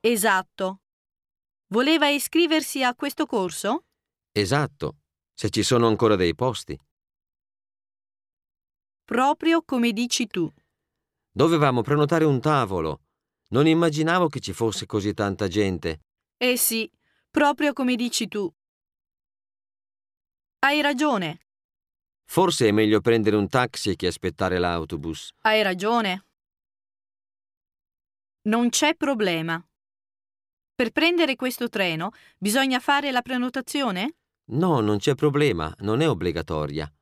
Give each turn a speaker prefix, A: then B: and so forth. A: Esatto. Voleva iscriversi a questo corso?
B: Esatto, se ci sono ancora dei posti.
A: Proprio come dici tu.
B: Dovevamo prenotare un tavolo. Non immaginavo che ci fosse così tanta gente.
A: Eh sì, proprio come dici tu. Hai ragione,
B: Forse è meglio prendere un taxi che aspettare l'autobus.
A: hai ragione. Non c'è problema. Per prendere questo treno bisogna fare la prenotazione?
B: No, non c'è problema, non è obbligatoria.